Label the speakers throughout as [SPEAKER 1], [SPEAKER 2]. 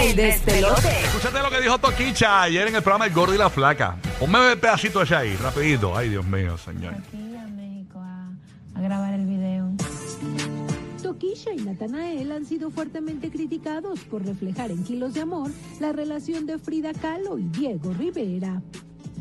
[SPEAKER 1] el despelote.
[SPEAKER 2] Escúchate lo que dijo Toquicha ayer en el programa El Gordo y la Flaca. Ponme el pedacito ese ahí, rapidito. Ay, Dios mío, señor.
[SPEAKER 3] aquí a México a, a grabar el video.
[SPEAKER 4] Toquilla y Natanael han sido fuertemente criticados por reflejar en Kilos de Amor la relación de Frida Kahlo y Diego Rivera.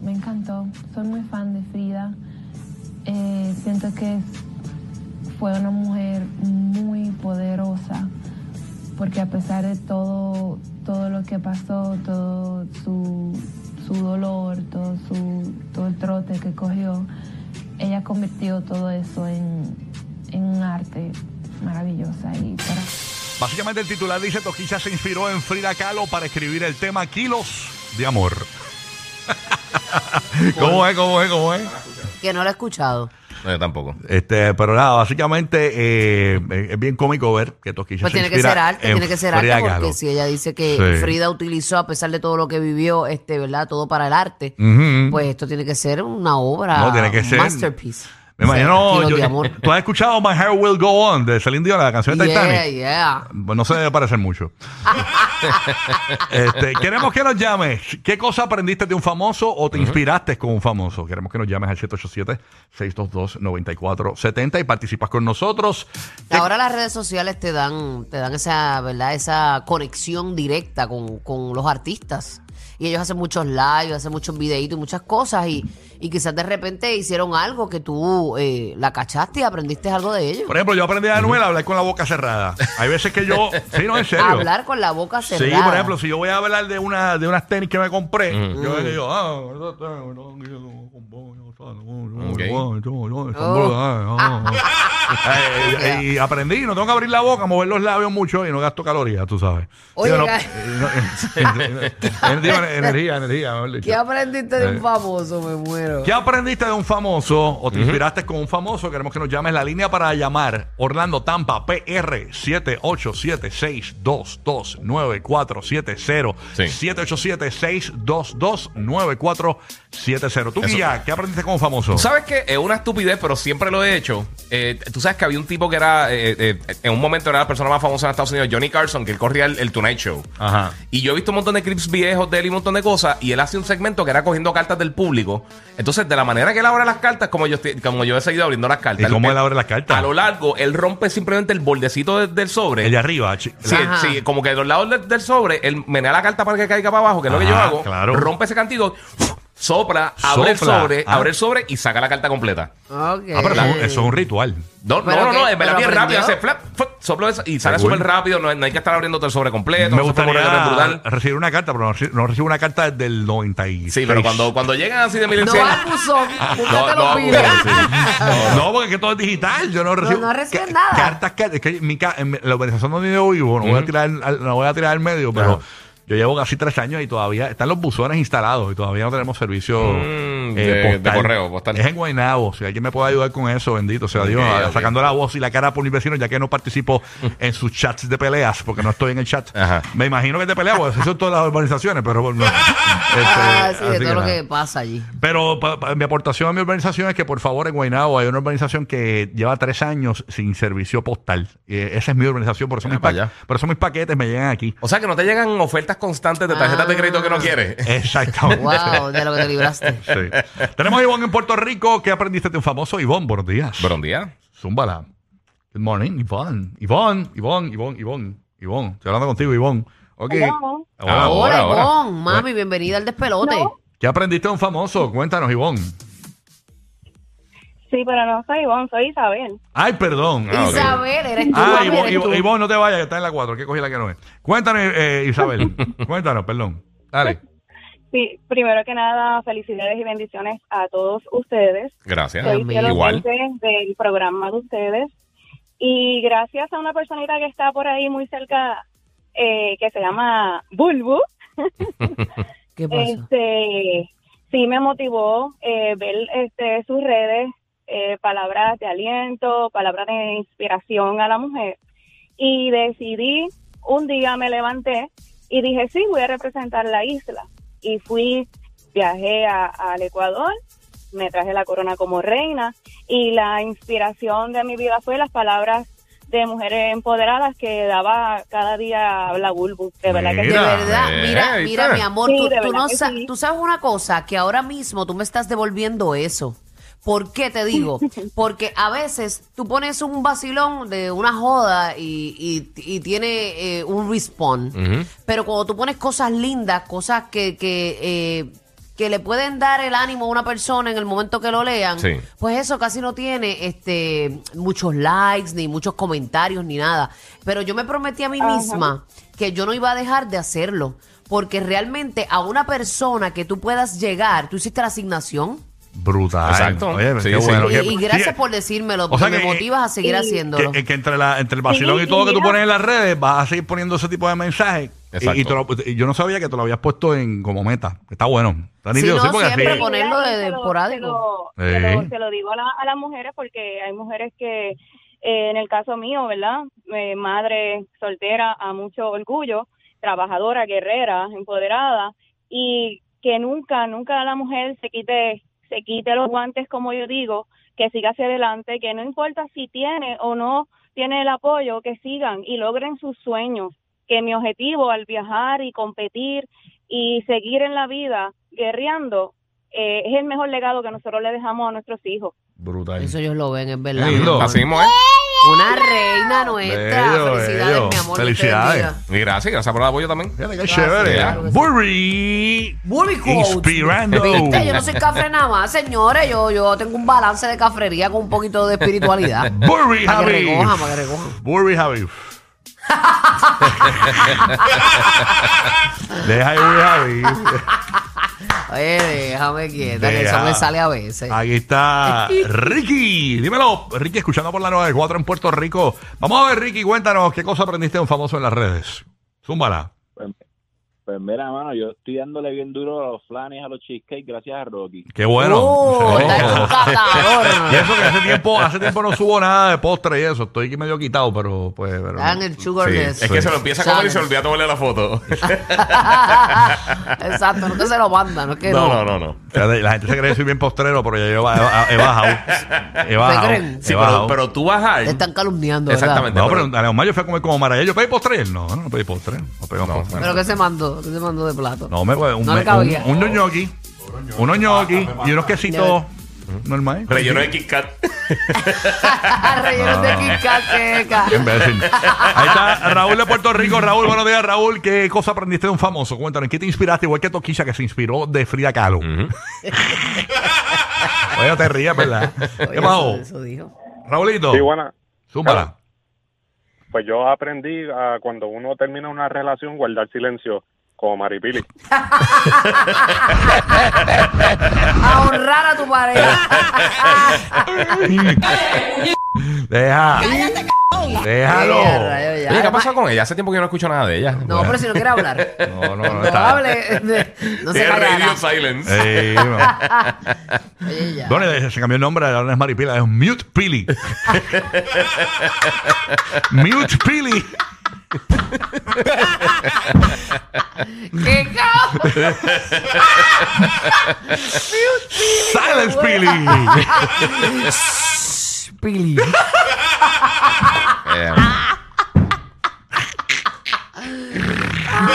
[SPEAKER 3] Me encantó, soy muy fan de Frida. Eh, siento que es- fue una mujer muy poderosa, porque a pesar de todo, todo lo que pasó, todo su, su dolor, todo, su, todo el trote que cogió, ella convirtió todo eso en, en un arte maravillosa. Y para...
[SPEAKER 2] Básicamente el titular dice Toquicha se inspiró en Frida Kahlo para escribir el tema Kilos de Amor. ¿Cómo es? ¿Cómo es? ¿Cómo es?
[SPEAKER 1] Que no lo he escuchado.
[SPEAKER 5] No, yo tampoco.
[SPEAKER 2] Este, pero nada, básicamente eh, eh, es bien cómico ver que Toquicha
[SPEAKER 1] Pues
[SPEAKER 2] se
[SPEAKER 1] tiene que
[SPEAKER 2] inspira
[SPEAKER 1] ser arte,
[SPEAKER 2] en
[SPEAKER 1] tiene que ser arte,
[SPEAKER 2] Frida
[SPEAKER 1] porque
[SPEAKER 2] Kahlo.
[SPEAKER 1] si ella dice que
[SPEAKER 2] Sí.
[SPEAKER 1] Frida utilizó, a pesar de todo lo que vivió, este, ¿verdad? Todo para el arte.
[SPEAKER 2] Ujú.
[SPEAKER 1] Pues esto tiene que ser una obra,
[SPEAKER 2] No, tiene que
[SPEAKER 1] un
[SPEAKER 2] ser-
[SPEAKER 1] masterpiece.
[SPEAKER 2] Me
[SPEAKER 1] O sea,
[SPEAKER 2] imagino.
[SPEAKER 1] kilos
[SPEAKER 2] yo-
[SPEAKER 1] de amor.
[SPEAKER 2] ¿Tú has escuchado My Hair Will Go On de Celine Dion, la canción de Titanic?
[SPEAKER 1] Yeah, yeah.
[SPEAKER 2] Pues No se debe parecer mucho. Este, queremos que nos llames. ¿Qué cosa aprendiste de un famoso o te inspiraste con un famoso? Queremos que nos llames al 787-622-9470 y participas con nosotros. ¿Qué-
[SPEAKER 1] Ahora las redes sociales te dan, te dan esa, ¿verdad? Esa conexión directa con, con los artistas. Y ellos hacen muchos lives, hacen muchos videitos y muchas cosas. Y, y quizás de repente hicieron algo que tú eh, la cachaste y aprendiste algo de ellos.
[SPEAKER 2] Por ejemplo, yo aprendí a Anuel a hablar con la boca cerrada. Hay veces que yo. Sí, no, en serio.
[SPEAKER 1] Hablar con la boca
[SPEAKER 2] Sí,
[SPEAKER 1] cerrada.
[SPEAKER 2] por ejemplo, si yo voy a hablar de una de unas tenis que me compré, yo digo, ah,
[SPEAKER 1] Oh.
[SPEAKER 2] Ah, Eh, eh, y aprendí, no tengo que abrir la boca, mover los labios mucho y no gasto calorías, tú sabes.
[SPEAKER 1] Oye,
[SPEAKER 2] Digo, no-
[SPEAKER 1] ga-
[SPEAKER 2] eh, no- eh, digo, energía, energía, mejor dicho.
[SPEAKER 1] ¿Qué aprendiste de
[SPEAKER 2] Eh.
[SPEAKER 1] un famoso? Me muero.
[SPEAKER 2] ¿Qué aprendiste de un famoso o te inspiraste con un famoso? Queremos que nos llames la línea para llamar Orlando Tampa PR 787-622-9470.
[SPEAKER 5] Sí.
[SPEAKER 2] 787-622-9470. Tú,
[SPEAKER 5] Eso.
[SPEAKER 2] Guilla, ¿qué aprendiste con un famoso?
[SPEAKER 5] ¿Tú sabes que es una estupidez, pero siempre lo he hecho? Eh, Tú sabes que había un tipo que era, eh, eh, en un momento era la persona más famosa en Estados Unidos, Johnny Carson, que él corría el, el Tonight Show.
[SPEAKER 2] Ajá.
[SPEAKER 5] Y yo he visto un montón de clips viejos de él y un montón de cosas, y él hace un segmento que era cogiendo cartas del público. Entonces, de la manera que él abre las cartas, como yo, estoy- como yo he seguido abriendo las cartas.
[SPEAKER 2] ¿Y cómo él abre las cartas?
[SPEAKER 5] A lo largo, él rompe simplemente el bordecito de- del sobre.
[SPEAKER 2] El de arriba. chi-
[SPEAKER 5] Sí,
[SPEAKER 1] Ajá.
[SPEAKER 5] sí, como que de los lados del, del sobre, él menea la carta para que caiga para abajo, que es lo que yo
[SPEAKER 2] Ajá,
[SPEAKER 5] hago.
[SPEAKER 2] claro.
[SPEAKER 5] Rompe ese cantito, sopla, abre
[SPEAKER 2] Sopla.
[SPEAKER 5] el sobre,
[SPEAKER 2] Ah.
[SPEAKER 5] abre el sobre y saca la carta completa.
[SPEAKER 1] Ok.
[SPEAKER 2] Ah, pero eso, es un- eso es un ritual.
[SPEAKER 5] No, no,
[SPEAKER 1] Pero
[SPEAKER 5] no,
[SPEAKER 1] que-
[SPEAKER 5] no, es verdad
[SPEAKER 1] pero
[SPEAKER 5] bien rápido, hace
[SPEAKER 1] aprendió.
[SPEAKER 5] flap, flap, soplo eso y sale
[SPEAKER 2] Qué bueno.
[SPEAKER 5] súper rápido, no, no hay que estar abriendo todo el sobre completo.
[SPEAKER 2] Me
[SPEAKER 5] no se puede poner
[SPEAKER 2] gustaría
[SPEAKER 5] brutal.
[SPEAKER 2] recibir una carta, pero no, reci- no recibo una carta desde el 96.
[SPEAKER 5] Sí, pero cuando, cuando llegan así de mil en
[SPEAKER 1] No
[SPEAKER 5] cien- Ah,
[SPEAKER 1] al
[SPEAKER 5] no,
[SPEAKER 1] buzón. Búscate
[SPEAKER 5] no,
[SPEAKER 1] los
[SPEAKER 5] abuso,
[SPEAKER 1] pibes.
[SPEAKER 5] sí.
[SPEAKER 2] No, porque es que todo es digital. Yo no recibo.
[SPEAKER 1] no recibes
[SPEAKER 2] ca-
[SPEAKER 1] nada.
[SPEAKER 2] Cartas, cartas. Es que mi ca- en mi- la organización donde yo vivo, no, voy a
[SPEAKER 5] Ujú.
[SPEAKER 2] tirar, al, no voy a tirar al medio, pero
[SPEAKER 5] Ajá.
[SPEAKER 2] yo llevo casi tres años y todavía están los buzones instalados y todavía no tenemos servicio eh,
[SPEAKER 5] Mm, de- de correo, postal.
[SPEAKER 2] Es en Guaynabo. Si alguien me puede ayudar con eso, bendito sea Dios.
[SPEAKER 5] Ok, ok.
[SPEAKER 2] Sacando la voz y la cara por mis vecinos, ya que no participo en sus chats de peleas, porque no estoy en el chat.
[SPEAKER 5] Ajá.
[SPEAKER 2] Me imagino que te peleas, porque eso son todas las urbanizaciones, pero bueno. Este,
[SPEAKER 1] Ah, sí, de
[SPEAKER 2] así que
[SPEAKER 1] todo lo
[SPEAKER 2] nada.
[SPEAKER 1] que pasa allí.
[SPEAKER 2] Pero pa- pa- mi aportación a mi urbanización es que, por favor, en Guaynabo hay una urbanización que lleva tres años sin servicio postal. Eh, esa es mi urbanización, por eso,
[SPEAKER 5] Mira
[SPEAKER 2] mis,
[SPEAKER 5] pa'
[SPEAKER 2] pa-
[SPEAKER 5] allá.
[SPEAKER 2] por eso mis paquetes me llegan aquí.
[SPEAKER 5] O sea que no te llegan ofertas constantes de tarjetas de crédito que
[SPEAKER 1] Ah.
[SPEAKER 5] no quieres.
[SPEAKER 2] Exactamente.
[SPEAKER 1] Wow, de lo que te libraste.
[SPEAKER 2] Sí. Tenemos a Ivonne en Puerto Rico. ¿Qué aprendiste de un famoso Ivonne? Buenos días.
[SPEAKER 5] Buen día.
[SPEAKER 2] Zúmbala. Good morning, Ivonne. Ivonne, Ivonne, Ivonne, Ivonne, Ivonne. Estoy hablando contigo, Ivonne. Ok.
[SPEAKER 6] Hello.
[SPEAKER 2] Hola.
[SPEAKER 5] Ahora,
[SPEAKER 1] Hola,
[SPEAKER 5] ahora.
[SPEAKER 1] Ivonne. Mami, bienvenida al despelote.
[SPEAKER 6] No.
[SPEAKER 2] ¿Qué aprendiste de un famoso? Cuéntanos, Ivonne.
[SPEAKER 6] Sí, pero no soy Ivonne, soy Isabel.
[SPEAKER 2] Ay, perdón. Ah, ok.
[SPEAKER 1] Isabel, eres tú.
[SPEAKER 2] Ah,
[SPEAKER 1] mami,
[SPEAKER 2] Ivonne,
[SPEAKER 1] eres tú.
[SPEAKER 2] Ivonne, Ivonne, no te vayas, que está en la 4. ¿Qué cogí la que no es? Cuéntanos, eh, Isabel. Cuéntanos, perdón. Dale.
[SPEAKER 6] Sí, primero que nada, felicidades y bendiciones a todos ustedes.
[SPEAKER 5] Gracias.
[SPEAKER 6] Soy fiel
[SPEAKER 5] Igual.
[SPEAKER 6] oyente del programa de ustedes. Y gracias a una personita que está por ahí muy cerca, eh, que se llama Bulbu,
[SPEAKER 1] ¿Qué pasó?
[SPEAKER 6] Este, sí me motivó eh, ver este, sus redes, eh, palabras de aliento, palabras de inspiración a la mujer. Y decidí, un día me levanté y dije, sí, voy a representar la isla. Y fui, viajé a- al Ecuador, me traje la corona como reina y la inspiración de mi vida fue las palabras de mujeres empoderadas que daba cada día la Bulbu. De verdad que
[SPEAKER 2] Mira,
[SPEAKER 6] sí.
[SPEAKER 1] de verdad,
[SPEAKER 5] eh,
[SPEAKER 1] mira,
[SPEAKER 5] ahí
[SPEAKER 1] mira,
[SPEAKER 5] está.
[SPEAKER 1] mi amor,
[SPEAKER 6] Sí,
[SPEAKER 1] tú,
[SPEAKER 6] de
[SPEAKER 1] tú
[SPEAKER 6] verdad
[SPEAKER 1] no
[SPEAKER 6] que
[SPEAKER 1] sa-
[SPEAKER 6] sí.
[SPEAKER 1] tú sabes una cosa, que ahora mismo tú me estás devolviendo eso. ¿Por qué te digo? Porque a veces tú pones un vacilón de una joda y, y- y tiene eh, un respawn.
[SPEAKER 5] Ujú.
[SPEAKER 1] Pero cuando tú pones cosas lindas, cosas que, que, eh, que le pueden dar el ánimo a una persona en el momento que lo lean,
[SPEAKER 5] Sí.
[SPEAKER 1] pues eso casi no tiene este muchos likes, ni muchos comentarios, ni nada. Pero yo me prometí a mí misma que yo no iba a dejar de hacerlo. Porque realmente a una persona que tú puedas llegar, tú hiciste la asignación.
[SPEAKER 2] Brutal.
[SPEAKER 5] Exacto.
[SPEAKER 2] Oye,
[SPEAKER 5] Sí,
[SPEAKER 2] qué
[SPEAKER 5] sí.
[SPEAKER 2] bueno.
[SPEAKER 1] Y,
[SPEAKER 2] Qué-
[SPEAKER 1] y gracias
[SPEAKER 2] sí,
[SPEAKER 1] por decírmelo,
[SPEAKER 2] o
[SPEAKER 1] porque
[SPEAKER 2] sea
[SPEAKER 1] me
[SPEAKER 2] que- eh,
[SPEAKER 1] motivas a seguir haciéndolo.
[SPEAKER 2] Que, eh, que entre, la, entre el vacilón
[SPEAKER 6] Sí,
[SPEAKER 2] y todo lo que tú
[SPEAKER 6] mira.
[SPEAKER 2] pones en las redes, vas a seguir poniendo ese tipo de mensajes.
[SPEAKER 5] Exacto.
[SPEAKER 2] Y, y te lo- y yo no sabía que te lo habías puesto en como meta. Está bueno. Está
[SPEAKER 1] Sí,
[SPEAKER 2] nítido,
[SPEAKER 1] no,
[SPEAKER 2] porque así-
[SPEAKER 1] siempre pone- ponerlo
[SPEAKER 6] Mira,
[SPEAKER 1] de- de
[SPEAKER 6] y se lo-
[SPEAKER 1] esporádico.
[SPEAKER 6] Se lo, se lo-
[SPEAKER 2] Sí.
[SPEAKER 6] se lo digo a, la- a las mujeres porque hay mujeres que, eh, en el caso mío, ¿verdad? Eh, madre soltera, a mucho orgullo, trabajadora, guerrera, empoderada, y que nunca, nunca la mujer se quite, se quite los guantes, como yo digo, que siga hacia adelante, que no importa si tiene o no tiene el apoyo, que sigan y logren sus sueños. Que mi objetivo al viajar y competir y seguir en la vida guerreando eh, es el mejor legado que nosotros le dejamos a nuestros hijos.
[SPEAKER 5] Brutal.
[SPEAKER 1] Eso ellos lo ven, es verdad. mi
[SPEAKER 5] Lindo.
[SPEAKER 1] amor.
[SPEAKER 5] Así mismo es.
[SPEAKER 1] Una reina nuestra.
[SPEAKER 2] Bello,
[SPEAKER 1] Felicidades,
[SPEAKER 2] bello.
[SPEAKER 1] mi amor.
[SPEAKER 2] Felicidades.
[SPEAKER 5] Y gracias, gracias por el apoyo también.
[SPEAKER 2] Fíjate qué chévere.
[SPEAKER 5] claro
[SPEAKER 1] que sí.
[SPEAKER 2] Burry.
[SPEAKER 1] Bully
[SPEAKER 2] Inspirando.
[SPEAKER 1] Este, Yo no soy cafre nada más, señores. Yo, yo tengo un balance de cafrería con un poquito de espiritualidad.
[SPEAKER 2] Burry
[SPEAKER 1] para que
[SPEAKER 2] Javi.
[SPEAKER 1] recojan, para que recojan.
[SPEAKER 2] Burry Javi. Deja ahí, Burry Javi.
[SPEAKER 1] Oye, Eh, déjame quieta, que
[SPEAKER 2] Deja.
[SPEAKER 1] eso me sale a veces.
[SPEAKER 2] Aquí está Ricky. Dímelo, Ricky, escuchando por la 94 en Puerto Rico. Vamos a ver, Ricky, cuéntanos qué cosa aprendiste de un famoso en las redes. Zúmbala.
[SPEAKER 7] Pues mira, mano, yo estoy dándole bien duro a los flanes, a los cheesecakes, gracias a Rocky.
[SPEAKER 2] Qué bueno.
[SPEAKER 1] Oh,
[SPEAKER 2] Sí.
[SPEAKER 1] está en un catador.
[SPEAKER 2] Y eso que hace tiempo, hace tiempo no subo nada de postre y eso. Estoy aquí medio quitado, pero pues. pero-
[SPEAKER 1] Dan el sugar
[SPEAKER 2] Sí,
[SPEAKER 1] less.
[SPEAKER 5] Es que se lo empieza a comer y se
[SPEAKER 1] Challenge.
[SPEAKER 5] olvida tomarle la foto.
[SPEAKER 1] Exacto, no que se lo mandan, no es que no.
[SPEAKER 5] No, no, no, no.
[SPEAKER 2] Fíjate, La gente se cree que soy bien postrero, pero ya yo he ba- he bajado. He bajado.
[SPEAKER 1] creen?
[SPEAKER 2] he
[SPEAKER 5] Sí, pero,
[SPEAKER 2] bajado.
[SPEAKER 5] pero tú bajar.
[SPEAKER 1] Te están calumniando, ¿verdad?
[SPEAKER 5] Exactamente.
[SPEAKER 2] No, pero a Leomar yo fui a comer como Maraya. ¿Yo pedí postre? No, no, no pedí postre. No pedí
[SPEAKER 5] No,
[SPEAKER 2] postre.
[SPEAKER 5] bueno.
[SPEAKER 1] ¿Pero qué se mandó? ¿Qué se mandó de plato?
[SPEAKER 2] No, me un,
[SPEAKER 1] No le
[SPEAKER 2] me-
[SPEAKER 1] cabía.
[SPEAKER 2] un, un ñoqui, unos ñoqui y unos quesitos normal.
[SPEAKER 5] Relleno de Kit Kat.
[SPEAKER 1] Rellenos Ah, de Kit Kat, queca.
[SPEAKER 2] Qué imbécil. Ahí está Raúl de Puerto Rico. Raúl, buenos días, Raúl. ¿Qué cosa aprendiste de un famoso? Cuéntanos, ¿en qué te inspiraste? Igual que Toquilla, que se inspiró de Frida Kahlo. Oye, no te rías, ¿verdad?
[SPEAKER 1] Oye,
[SPEAKER 2] ¿Qué
[SPEAKER 1] eso,
[SPEAKER 2] pasó?
[SPEAKER 1] eso dijo.
[SPEAKER 2] Raulito,
[SPEAKER 8] Sí, buena.
[SPEAKER 2] zúmbala.
[SPEAKER 8] Pues yo aprendí a cuando uno termina una relación guardar silencio como Maripili.
[SPEAKER 1] A honrar a tu pareja.
[SPEAKER 2] Deja. Déjalo.
[SPEAKER 1] Mira, rayo, ya.
[SPEAKER 5] Oye, ¿qué ha pasado con ella? Hace tiempo que yo no escucho nada de ella.
[SPEAKER 1] No, pero si no quiere hablar.
[SPEAKER 2] No, no, no
[SPEAKER 1] No
[SPEAKER 2] está.
[SPEAKER 1] hable. No se
[SPEAKER 5] Tiene radio
[SPEAKER 1] callará.
[SPEAKER 5] silence. Eh,
[SPEAKER 2] Sí, no.
[SPEAKER 1] Oye, ya.
[SPEAKER 2] Bueno, se- se cambió el nombre, ahora no es Maripila, es Mute Pili. Mute Pili.
[SPEAKER 1] ¡Qué cabrón!
[SPEAKER 2] Silence Pili.
[SPEAKER 1] Pili.
[SPEAKER 5] Eh,
[SPEAKER 1] Ah,
[SPEAKER 2] No,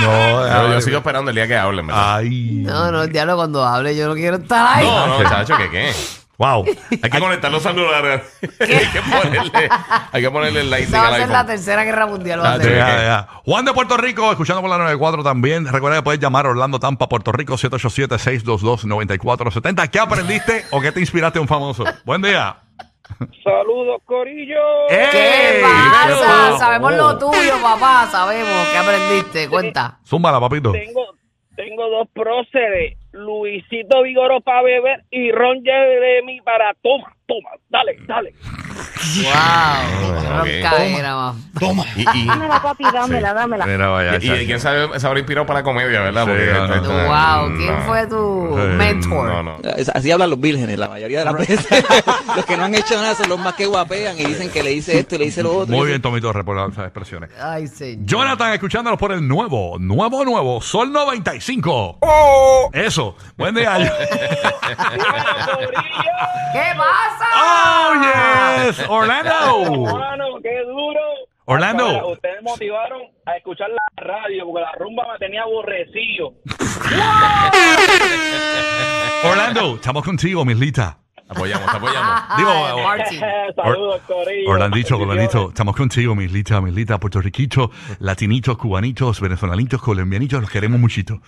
[SPEAKER 5] yo,
[SPEAKER 2] ay,
[SPEAKER 5] yo sigo esperando el día que hablen, ¿verdad?
[SPEAKER 2] Ay.
[SPEAKER 1] No, no, el diablo cuando hable, yo no quiero estar ahí.
[SPEAKER 5] No, no, muchacho, ¿qué qué?
[SPEAKER 2] Wow.
[SPEAKER 5] Hay que conectar los celulares. hay que ponerle, hay que ponerle el
[SPEAKER 1] Esa
[SPEAKER 5] lightning
[SPEAKER 1] va
[SPEAKER 5] al
[SPEAKER 1] a ser la
[SPEAKER 5] iPhone.
[SPEAKER 1] tercera guerra mundial. Va a
[SPEAKER 5] Ah,
[SPEAKER 1] ser.
[SPEAKER 5] sí.
[SPEAKER 2] Deja, deja. Juan de Puerto Rico, escuchando por la 94 también. Recuerda que puedes llamar a Orlando Tampa, Puerto Rico, 787-622-9470. ¿Qué aprendiste o qué te inspiraste de un famoso? Buen día.
[SPEAKER 7] Saludos, Corillo.
[SPEAKER 2] ¡Eh!
[SPEAKER 1] ¿Qué
[SPEAKER 2] ¡Ey!
[SPEAKER 1] pasa?
[SPEAKER 2] pasó?
[SPEAKER 1] Sabemos
[SPEAKER 2] Oh.
[SPEAKER 1] lo tuyo, papá. Sabemos. ¿Qué aprendiste? Cuenta.
[SPEAKER 2] Zúmbala, papito.
[SPEAKER 7] Tengo, tengo dos próceres, Luisito Vigoro para beber y Ron Jeremy para toma, toma, dale, dale.
[SPEAKER 1] Wow.
[SPEAKER 5] Ah, ok.
[SPEAKER 1] Roncadera, mamá.
[SPEAKER 9] Toma.
[SPEAKER 5] Y, y-
[SPEAKER 6] Dámela, papi, dámela, dámela.
[SPEAKER 2] Mira, vaya.
[SPEAKER 5] y- y- y quién sabe, se habrá inspirado para la comedia, ¿verdad?
[SPEAKER 2] Sí, claro.
[SPEAKER 1] Wow, ¿quién fue tu
[SPEAKER 5] Eh,
[SPEAKER 1] mentor?
[SPEAKER 5] No, no.
[SPEAKER 9] Es- Así hablan los vírgenes, la mayoría de las veces. los que no han hecho nada son los más que guapean y dicen que le hice esto y le hice lo otro.
[SPEAKER 2] Muy
[SPEAKER 9] Y
[SPEAKER 2] bien, Tommy Torres, por las expresiones.
[SPEAKER 1] Ay, señor.
[SPEAKER 2] Jonathan, escuchándonos por el nuevo, nuevo, nuevo, Sol 95. Eso. Buen día.
[SPEAKER 1] ¿Qué pasa?
[SPEAKER 2] oh, yes. Orlando.
[SPEAKER 7] Mano, qué duro.
[SPEAKER 2] Uh.
[SPEAKER 7] Ahora,
[SPEAKER 2] Orlando.
[SPEAKER 7] Ustedes motivaron a escuchar la radio porque la rumba me tenía aborrecido.
[SPEAKER 2] Orlando. Estamos contigo, Mislita.
[SPEAKER 5] Apoyamos, apoyamos.
[SPEAKER 2] Digo,
[SPEAKER 1] Ay, Martín.
[SPEAKER 7] Saludos, Corillo.
[SPEAKER 2] Orlandito, Orlandito,
[SPEAKER 7] Bendiciones.
[SPEAKER 2] estamos contigo, mislita, mislita, puertorriquitos, latinitos, cubanitos, venezolanitos, colombianitos, los queremos muchito.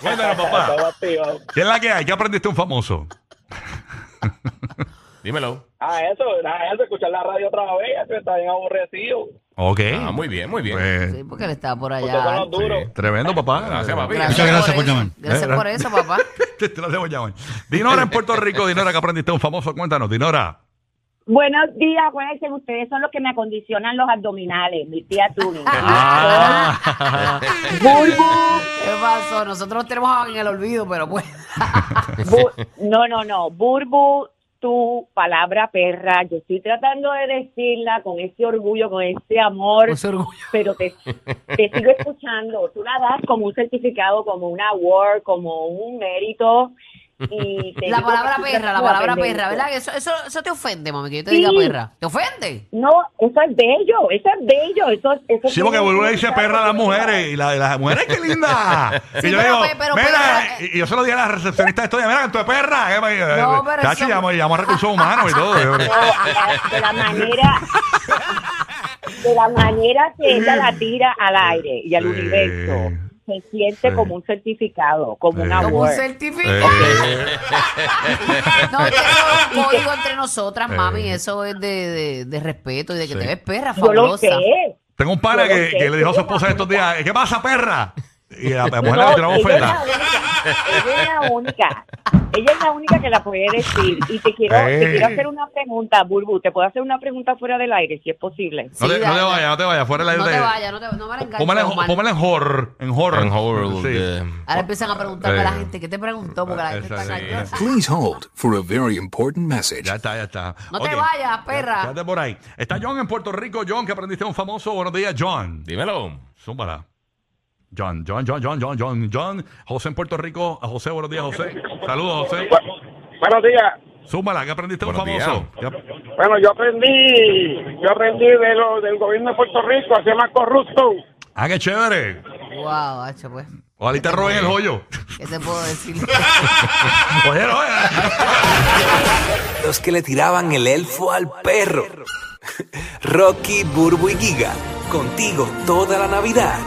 [SPEAKER 2] Cuéntanos,
[SPEAKER 7] Estaba
[SPEAKER 2] papá.
[SPEAKER 7] activado.
[SPEAKER 2] ¿Qué es la que hay? ¿Qué aprendiste un famoso?
[SPEAKER 5] Dímelo.
[SPEAKER 7] Ah, eso, nada, eso, escuchar la radio otra vez, eso está bien aborrecido.
[SPEAKER 2] Ok.
[SPEAKER 5] Ah, muy bien, muy bien.
[SPEAKER 2] ¿Eh? Pues,
[SPEAKER 1] Sí, porque él estaba por
[SPEAKER 7] Ustedes son
[SPEAKER 1] allá.
[SPEAKER 7] los duros.
[SPEAKER 2] sí, Tremendo, papá.
[SPEAKER 5] Gracias, papi.
[SPEAKER 9] Muchas gracias por
[SPEAKER 1] eso.
[SPEAKER 9] llamar.
[SPEAKER 2] Eh,
[SPEAKER 1] Gracias por eso, papá.
[SPEAKER 2] Te, te lo debo llamar. Dinora en Puerto Rico, Dinora, que aprendiste un famoso? Cuéntanos, Dinora.
[SPEAKER 6] Buenos días, acuérdense que ustedes son los que me acondicionan los abdominales, mi tía Tuni.
[SPEAKER 2] Ah.
[SPEAKER 6] Bulbu,
[SPEAKER 1] ¿Qué pasó? Nosotros los tenemos en el olvido, pero pues.
[SPEAKER 6] bu- no, no, no, Burbu, tu palabra perra, yo estoy tratando de decirla con ese orgullo, con ese amor,
[SPEAKER 1] Con ese orgullo.
[SPEAKER 6] pero te, te sigo escuchando, tú la das como un certificado, como un award, como un mérito. Y te
[SPEAKER 1] La
[SPEAKER 6] digo
[SPEAKER 1] palabra
[SPEAKER 6] que tú
[SPEAKER 1] perra, la
[SPEAKER 6] tú
[SPEAKER 1] palabra
[SPEAKER 6] aprendes
[SPEAKER 1] perra,
[SPEAKER 6] eso.
[SPEAKER 1] ¿verdad? Eso, eso, eso te ofende, mami, que yo te
[SPEAKER 6] Sí.
[SPEAKER 1] diga perra. ¿Te ofende?
[SPEAKER 6] No, eso es bello, eso es bello, eso, eso
[SPEAKER 2] Sí, porque
[SPEAKER 6] tiene
[SPEAKER 2] Burbu le dice
[SPEAKER 6] mucha
[SPEAKER 2] perra a las
[SPEAKER 6] belleza.
[SPEAKER 2] mujeres. Y, la- y las mujeres, qué linda.
[SPEAKER 1] Sí,
[SPEAKER 2] y yo
[SPEAKER 1] pero,
[SPEAKER 2] digo,
[SPEAKER 1] pe- pero,
[SPEAKER 2] mira,
[SPEAKER 1] perra, eh.
[SPEAKER 2] y y yo se lo dije a la recepcionista de esto, mira, tu es perra. Eh, eh,
[SPEAKER 1] No, pero
[SPEAKER 2] Chacho,
[SPEAKER 1] eso-
[SPEAKER 2] llamo, llamo a recursos humanos y todo.
[SPEAKER 6] No, a la- de la manera de la manera que ella la tira al aire y al
[SPEAKER 2] Sí.
[SPEAKER 6] universo se siente
[SPEAKER 2] Sí.
[SPEAKER 6] como un certificado como
[SPEAKER 2] Sí.
[SPEAKER 6] un
[SPEAKER 2] Como
[SPEAKER 1] Como un
[SPEAKER 6] award
[SPEAKER 1] certificado.
[SPEAKER 2] Eh,
[SPEAKER 1] No, que eso es un código entre nosotras,
[SPEAKER 2] Eh.
[SPEAKER 1] mami. Eso es de, de, de respeto y de que
[SPEAKER 2] Sí.
[SPEAKER 1] te ves perra,
[SPEAKER 6] yo lo
[SPEAKER 1] fabulosa.
[SPEAKER 6] sé
[SPEAKER 2] Tengo un pana
[SPEAKER 6] Yo
[SPEAKER 2] que,
[SPEAKER 6] no sé,
[SPEAKER 2] que le dijo a su
[SPEAKER 6] yo
[SPEAKER 2] esposa
[SPEAKER 6] no-
[SPEAKER 2] estos días, ¿qué pasa, perra? Y a la
[SPEAKER 6] No,
[SPEAKER 2] mujer
[SPEAKER 6] ella
[SPEAKER 2] le
[SPEAKER 6] es
[SPEAKER 2] tiró
[SPEAKER 6] la
[SPEAKER 2] oferta.
[SPEAKER 6] única, ella es la única ella es la única que la puede decir y te quiero
[SPEAKER 2] Eh.
[SPEAKER 6] te quiero hacer una pregunta Burbu te puedo hacer una pregunta fuera del aire si es posible
[SPEAKER 2] No te,
[SPEAKER 1] Sí,
[SPEAKER 2] no te
[SPEAKER 1] dale.
[SPEAKER 2] vayas, no te vayas, fuera de la
[SPEAKER 1] No te vayas, no, te, no me la enganches,
[SPEAKER 2] Póngale
[SPEAKER 1] Omar.
[SPEAKER 2] póngale en horror. En horror.
[SPEAKER 5] En horror,
[SPEAKER 2] Sí.
[SPEAKER 5] de-
[SPEAKER 1] Ahora empiezan a preguntarme a la
[SPEAKER 2] Eh. Ah,
[SPEAKER 1] gente, ¿qué te preguntó? Porque la gente está
[SPEAKER 2] Esa-
[SPEAKER 1] engañosa.
[SPEAKER 10] Please hold for a very important message.
[SPEAKER 2] Ya está, ya está.
[SPEAKER 1] No
[SPEAKER 2] Ok.
[SPEAKER 1] te vayas, perra.
[SPEAKER 2] Quédate por ahí. Está John en Puerto Rico. John, que aprendiste un famoso. Buenos días, John.
[SPEAKER 5] Dímelo.
[SPEAKER 2] Zúmbala. John, John, John, John, John, John, John. José en Puerto Rico. A José, buenos días, José. Saludos, José.
[SPEAKER 7] Buenos días.
[SPEAKER 2] Zúmbala, que aprendiste un
[SPEAKER 5] Buenos
[SPEAKER 2] famoso. Ya-
[SPEAKER 7] Bueno, yo aprendí, yo aprendí de lo, del gobierno de Puerto Rico a ser más corrupto.
[SPEAKER 2] Ah, qué chévere.
[SPEAKER 1] Wow, hacho, pues.
[SPEAKER 2] Ojalá y te roben el hoyo.
[SPEAKER 1] ¿Qué te puedo decir?
[SPEAKER 2] Oye, no, eh.
[SPEAKER 11] Los que le tiraban el elfo al perro. Rocky, Burbu y Giga. Contigo toda la Navidad.